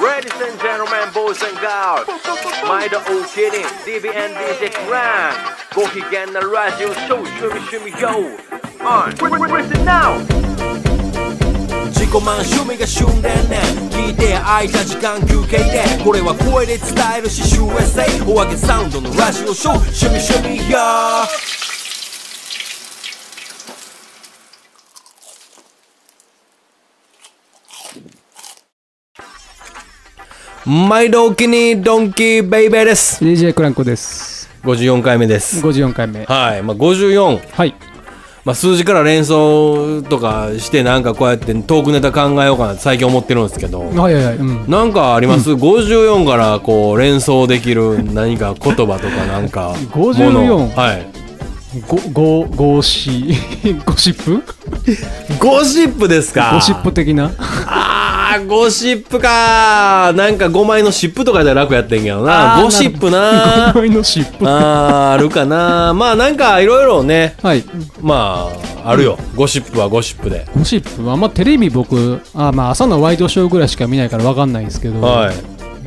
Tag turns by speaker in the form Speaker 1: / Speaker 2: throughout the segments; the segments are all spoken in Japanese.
Speaker 1: Ladies and gentlemen, boys and girls 毎度お気に DBN DJ クランご機嫌なラジオショー趣味趣味 YO On Listen now
Speaker 2: 自己満趣味が旬でね聞いて空いた時間休憩でこれは声で伝えるし USA お揚げサウンドのラジオショー趣味趣味や毎度お気に入りドンキーベイベーです
Speaker 3: DJ クランコです
Speaker 2: 54回目です
Speaker 3: 54回目
Speaker 2: はい、まあ、54
Speaker 3: はい
Speaker 2: まあ、数字から連想とかしてなんかこうやってトークネタ考えようかなって最近思ってるんですけど
Speaker 3: はいはいはい、うん、
Speaker 2: なんかあります、54からこう連想できる何か言葉とかなんか
Speaker 3: 54
Speaker 2: ものはい
Speaker 3: ゴゴゴシ ゴシップ
Speaker 2: ゴシップですか
Speaker 3: ゴシップ的な
Speaker 2: あーゴシップかなんか5枚のシップとかやったら楽やってんけどな
Speaker 3: あー
Speaker 2: ゴシップ
Speaker 3: な
Speaker 2: な
Speaker 3: 5枚のシップ
Speaker 2: あ
Speaker 3: は
Speaker 2: ーあるかなまあなんかいろいろね
Speaker 3: い
Speaker 2: まああるよゴシップはゴシップで
Speaker 3: ゴシップはあんまテレビ僕あまあ朝のワイドショーぐらいしか見ないからわかんないんですけど、
Speaker 2: はい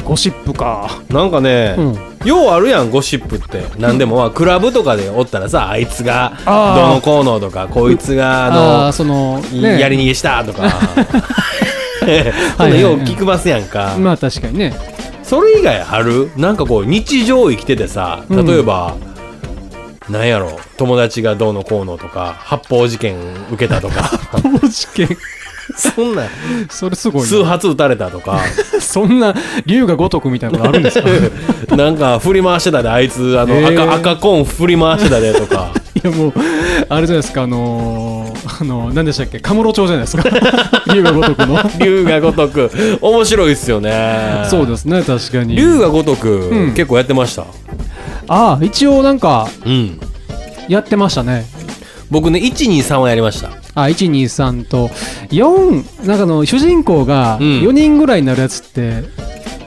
Speaker 3: ゴシップか
Speaker 2: なんかね、
Speaker 3: うん
Speaker 2: ようあるやんゴシップって何でもまあクラブとかでおったらさあいつが
Speaker 3: あー
Speaker 2: どのこうのとかこいつが
Speaker 3: あ
Speaker 2: あ
Speaker 3: ーその
Speaker 2: の
Speaker 3: ね
Speaker 2: やり逃げしたとか そ
Speaker 3: は
Speaker 2: んな
Speaker 3: いはい
Speaker 2: よう聞きますやんか、
Speaker 3: まあ確かにね
Speaker 2: それ以外あるなんかこう日常生きててさ
Speaker 3: うん
Speaker 2: 例えば、なんやろ友達がどうのこうのとか発砲事件受けたとか
Speaker 3: 高知県
Speaker 2: そんなん
Speaker 3: それすごい
Speaker 2: 数
Speaker 3: な
Speaker 2: 発撃たれたとか
Speaker 3: そんな龍が如くみたいなことある んですかい
Speaker 2: なんか振り回してたであいつあの、
Speaker 3: へー
Speaker 2: 赤赤コーン振り回してたでとか。
Speaker 3: やもうあれじゃないですかあのー、あのー、何でしたっけカムロ町じゃないですか 龍が如くの
Speaker 2: 龍が如く面白いっすよね
Speaker 3: そうですね確かに
Speaker 2: 龍が如く、
Speaker 3: うん
Speaker 2: 結構やってました
Speaker 3: ああ一応なんか
Speaker 2: うん
Speaker 3: やってましたね
Speaker 2: 僕ね123はやりました
Speaker 3: あ123と4なんかあの主人公が
Speaker 2: うん
Speaker 3: 4人ぐらいになるやつって、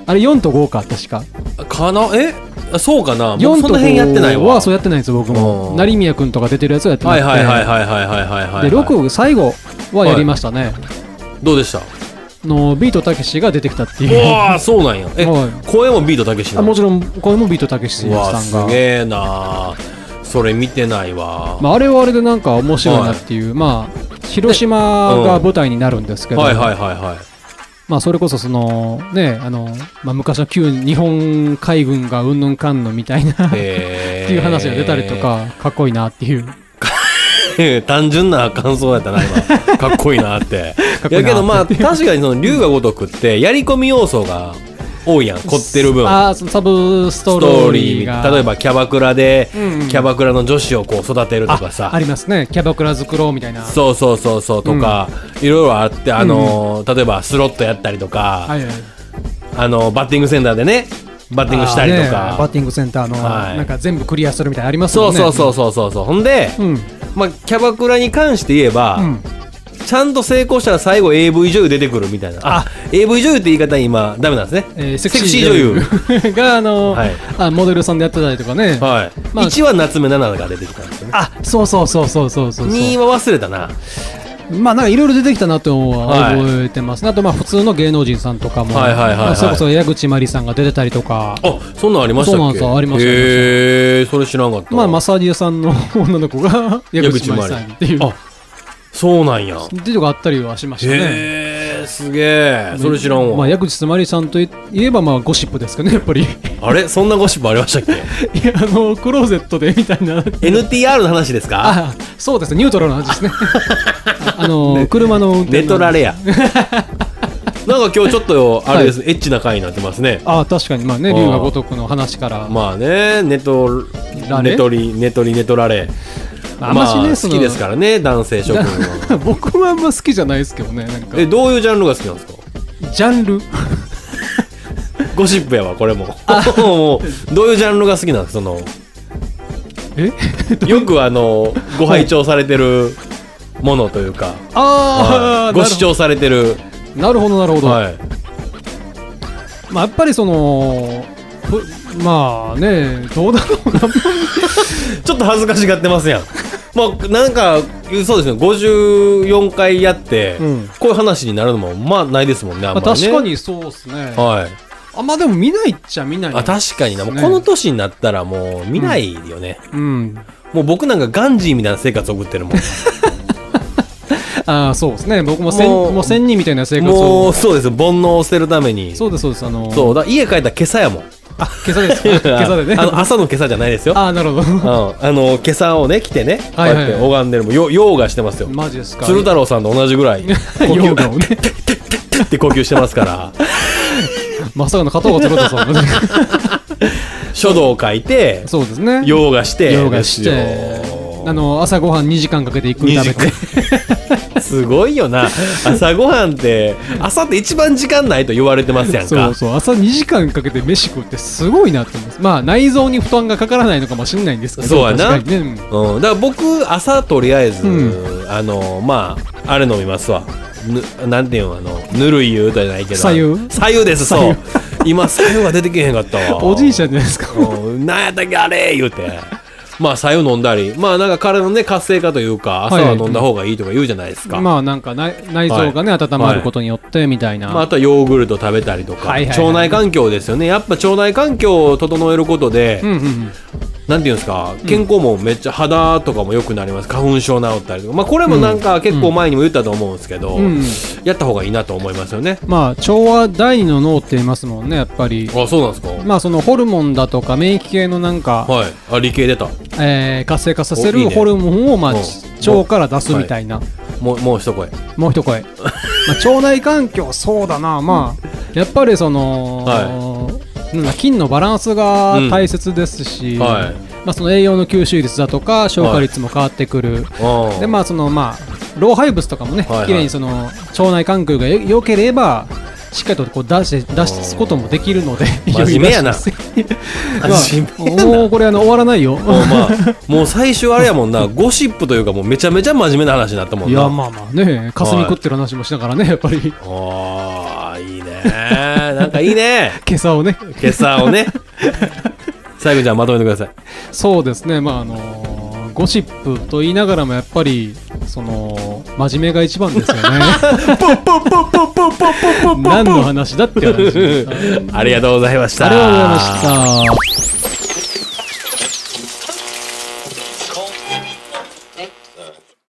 Speaker 3: あれ4と5か確か
Speaker 2: かなえあそうかな
Speaker 3: 4
Speaker 2: 僕そ
Speaker 3: と
Speaker 2: の辺やってない
Speaker 3: 5
Speaker 2: わ
Speaker 3: はそうやってないんですよ僕
Speaker 2: う
Speaker 3: も
Speaker 2: ん
Speaker 3: 成宮君とか出てるやつはやってな
Speaker 2: はいいはいはいはいはいはいはいはい
Speaker 3: で6最後はやりましたね、
Speaker 2: どうでした
Speaker 3: のビートたけしが出てきたっていう
Speaker 2: うわーそうなんやえ
Speaker 3: は
Speaker 2: 声もビートたけしな
Speaker 3: あ
Speaker 2: の
Speaker 3: もちろんこれもビートたけしさん
Speaker 2: うわーす
Speaker 3: が
Speaker 2: げえなーそれ見てないわ、
Speaker 3: まあ、あれはあれでなんか面白いなっていう、まあ広島が舞台になるんですけど、
Speaker 2: はいはいはい はい
Speaker 3: まあそれこそそのねあの、まあ、昔の旧日本海軍がうんぬんかんぬんみたいなって
Speaker 2: えー
Speaker 3: いう話が出たりとか、かっこいいなっていう
Speaker 2: 単純な感想やったな 今かっこいいなって
Speaker 3: かっこいいなって
Speaker 2: やけどまあ確かにその龍が如くってやり込み要素が多いやん凝ってる分
Speaker 3: あーそのサブスト
Speaker 2: スト
Speaker 3: ー
Speaker 2: ー
Speaker 3: リー
Speaker 2: リ
Speaker 3: が
Speaker 2: ー例えばキャバクラで、
Speaker 3: うんうん
Speaker 2: キャバクラの女子をこう育てるとか
Speaker 3: ああ
Speaker 2: さ
Speaker 3: りますねキャバクラ作ろうみたいな
Speaker 2: そうそうそうそうとか、いろいろあってあのー、例えばスロットやったりとか、
Speaker 3: はいはい
Speaker 2: あのーバッティングセンターでねバッティングしたりと
Speaker 3: あーねバッ
Speaker 2: か、
Speaker 3: ティングセンターの、
Speaker 2: はい
Speaker 3: なんか全部クリアするみたいなのあります
Speaker 2: そ
Speaker 3: も
Speaker 2: うん
Speaker 3: ね
Speaker 2: そうそうそうそうそうほんで、
Speaker 3: うん
Speaker 2: まあ、キャバクラに関して言えば、
Speaker 3: うん
Speaker 2: ちゃんと成功したら最後 AV 女優出てくるみたいな。あ、AV 女優って言い方今ダメなんですね。
Speaker 3: えー
Speaker 2: セクシー女優。
Speaker 3: 優 があの、
Speaker 2: はい
Speaker 3: あモデルさんでやってたりとかね、
Speaker 2: はい。
Speaker 3: まあ
Speaker 2: 1は夏目奈々が出てきたんですよね。
Speaker 3: あそうそうそうそうそうそうそう
Speaker 2: 2は忘れたな。
Speaker 3: まあなんかいろいろ出てきたなとは
Speaker 2: はい
Speaker 3: 覚えてますね、あとまあ普通の芸能人さんとかも、
Speaker 2: はいはいはいはい
Speaker 3: まあそれこそ矢口真理さんが出てたりとか、
Speaker 2: あ、そんなんありましたっけ
Speaker 3: そうなんですよありましたありました
Speaker 2: へー、それ知らんかった。
Speaker 3: まあ、マサリエさんの 女の子が矢口真理さんっていう、
Speaker 2: あ、そうなんや。
Speaker 3: っていうのがあったりはしましたね。
Speaker 2: へー、すげえ。それ知らん
Speaker 3: まあ、
Speaker 2: わ。
Speaker 3: 矢口真理さんといえばまあゴシップですかね、やっぱり。い
Speaker 2: あれそんなゴシップありましたっけ
Speaker 3: や、あの、クローゼットでみたいな。
Speaker 2: ?NTR の話ですか
Speaker 3: あそうですね、ニュートラルな話です ね。ああの、車の運転の。
Speaker 2: ネトラ レア。なんか今日ちょっと、あれです、エッチな回になってますね。
Speaker 3: あ確かに、まあね、
Speaker 2: あ
Speaker 3: 龍が如くの話から。
Speaker 2: まあね、ネト
Speaker 3: ラレ
Speaker 2: ネトリ、ネトリ、ネトラレ。
Speaker 3: まあ
Speaker 2: ま
Speaker 3: あ
Speaker 2: あ、
Speaker 3: んましねそ
Speaker 2: 好
Speaker 3: の
Speaker 2: きですからね、男性諸君は。
Speaker 3: 僕はあんま好きじゃないですけどね、なんか。
Speaker 2: え、どういうジャンルが好きなんですか
Speaker 3: ジャンル
Speaker 2: ゴシップやわ、これも。もうどういうジャンルが好きなんですかその、
Speaker 3: え
Speaker 2: よくあの、ご拝聴されてるものというか、
Speaker 3: ああ、
Speaker 2: ご視聴されてる。
Speaker 3: なるほどなるほど、
Speaker 2: はい。
Speaker 3: まあやっぱりそのふまあねどうだろうな
Speaker 2: ちょっと恥ずかしがってますやん。まあなんかそうですね54回やって、
Speaker 3: うん
Speaker 2: こういう話になるのもまあないですもんねあん
Speaker 3: ま
Speaker 2: ま
Speaker 3: あ
Speaker 2: りね
Speaker 3: 確かにそうですね。
Speaker 2: はい
Speaker 3: あ、まあでも見ないっちゃ見ない。
Speaker 2: あ確かになもう
Speaker 3: ね
Speaker 2: この年になったらもう見ないよね、
Speaker 3: うん。
Speaker 2: もう僕なんかガンジーみたいな生活送ってるもん
Speaker 3: ああ、そうですね。僕も千、
Speaker 2: もう
Speaker 3: もう千人みたいな生活
Speaker 2: も
Speaker 3: を
Speaker 2: う。そうです煩悩を捨てるために
Speaker 3: そうです、そうです。あの、
Speaker 2: そうだから家帰ったら今朝やもん
Speaker 3: あ、今朝です。 今 朝でね。
Speaker 2: あの朝の今朝じゃないですよ
Speaker 3: ああ、なるほ
Speaker 2: うん、
Speaker 3: ど。
Speaker 2: あの今朝をね着てねこう
Speaker 3: はいは
Speaker 2: やっ
Speaker 3: い
Speaker 2: て拝んでるもうよ用がしてますよ
Speaker 3: マジですか。
Speaker 2: 鶴 太郎さんと同じぐらい呼吸
Speaker 3: ヨガをね。
Speaker 2: って呼吸してますから
Speaker 3: まさかの片岡鶴太郎さんがね。
Speaker 2: 書道を書いて
Speaker 3: そうですね。
Speaker 2: 用がして
Speaker 3: ヨガして
Speaker 2: ですよ。
Speaker 3: あの、朝ごはん2時間かけていく食べて。
Speaker 2: すごいよな朝ごはんって朝って一番時間ないと言われてますやん
Speaker 3: そ
Speaker 2: か
Speaker 3: うそう朝2時間かけて飯食うってすごいなって思いますまあ内臓に負担がかからないのかもしれないんですけど
Speaker 2: そうやな
Speaker 3: 確かにね
Speaker 2: うん、だから僕朝とりあえず、
Speaker 3: う
Speaker 2: あのまああれ飲みますわぬなんていうのあのぬるい言うたじゃないけど
Speaker 3: 白湯
Speaker 2: 左右ですそう今左右が出てけへんかったわ
Speaker 3: おじいちゃんじゃないですか
Speaker 2: うんなんやったっけあれ言うて。まあ、左右飲んだり、まあ、なんか体のね、活性化というか、朝
Speaker 3: はい
Speaker 2: は飲んだ方がいいとか言うじゃないですか。ま
Speaker 3: まあなんか内内臓がね、
Speaker 2: はい
Speaker 3: 温まることによってみたいな、
Speaker 2: あ、あとはヨーグルト食べたりとか、
Speaker 3: はいはいはい
Speaker 2: 腸内環境ですよね。やっぱ腸内環境を整えることで、
Speaker 3: うんうんうん
Speaker 2: なんていうんですか、健康もめっちゃ肌とかも良くなります。花粉症治ったりとか、まあ、これもなんか結構前にも言ったと思うんですけど、
Speaker 3: うん
Speaker 2: やった方がいいなと思いますよね。
Speaker 3: まあ腸は第二の脳って言いますもんねやっぱり
Speaker 2: あ、そうなんですか。
Speaker 3: まあそのホルモンだとか免疫系のなんか、
Speaker 2: はい。あ、理系出た。
Speaker 3: えー活性化させ
Speaker 2: おいい
Speaker 3: る
Speaker 2: ね
Speaker 3: ホルモンをまあ
Speaker 2: うん
Speaker 3: 腸から出すみたいな、
Speaker 2: もう、もう一声。
Speaker 3: もう 一声、まあ、腸内環境そうだなまあやっぱりその、
Speaker 2: は
Speaker 3: なんだ菌のバランスが大切ですし、
Speaker 2: うんはい
Speaker 3: まあ、その栄養の吸収率だとか消化率も変わってくる、
Speaker 2: うん
Speaker 3: でまあそのまあ老廃物とかもね、
Speaker 2: はいはい
Speaker 3: きれいにその腸内環境がよ良ければしっかりとこう出して出すこともできるので
Speaker 2: 真面目やな
Speaker 3: いろいろ出し
Speaker 2: 真
Speaker 3: ます
Speaker 2: 面目
Speaker 3: まあ、もうこれあの終わらな いよ
Speaker 2: もうまあ、もう最終あれやもんな、 ゴシップというかもうめちゃめちゃ真面目な話になったもん
Speaker 3: い
Speaker 2: な。
Speaker 3: やまあまあね霞食ってる話もしながらねやっぱり
Speaker 2: あー、いいね。なんかいい ね。
Speaker 3: 今朝をね
Speaker 2: 今朝を ね。最後じゃあまとめてください。
Speaker 3: そうですね、まああのゴシップと言いながらもやっぱりその真面目が一番ですよね。何の話だって話です。
Speaker 2: ありがとうございました。
Speaker 3: ありがとうございました。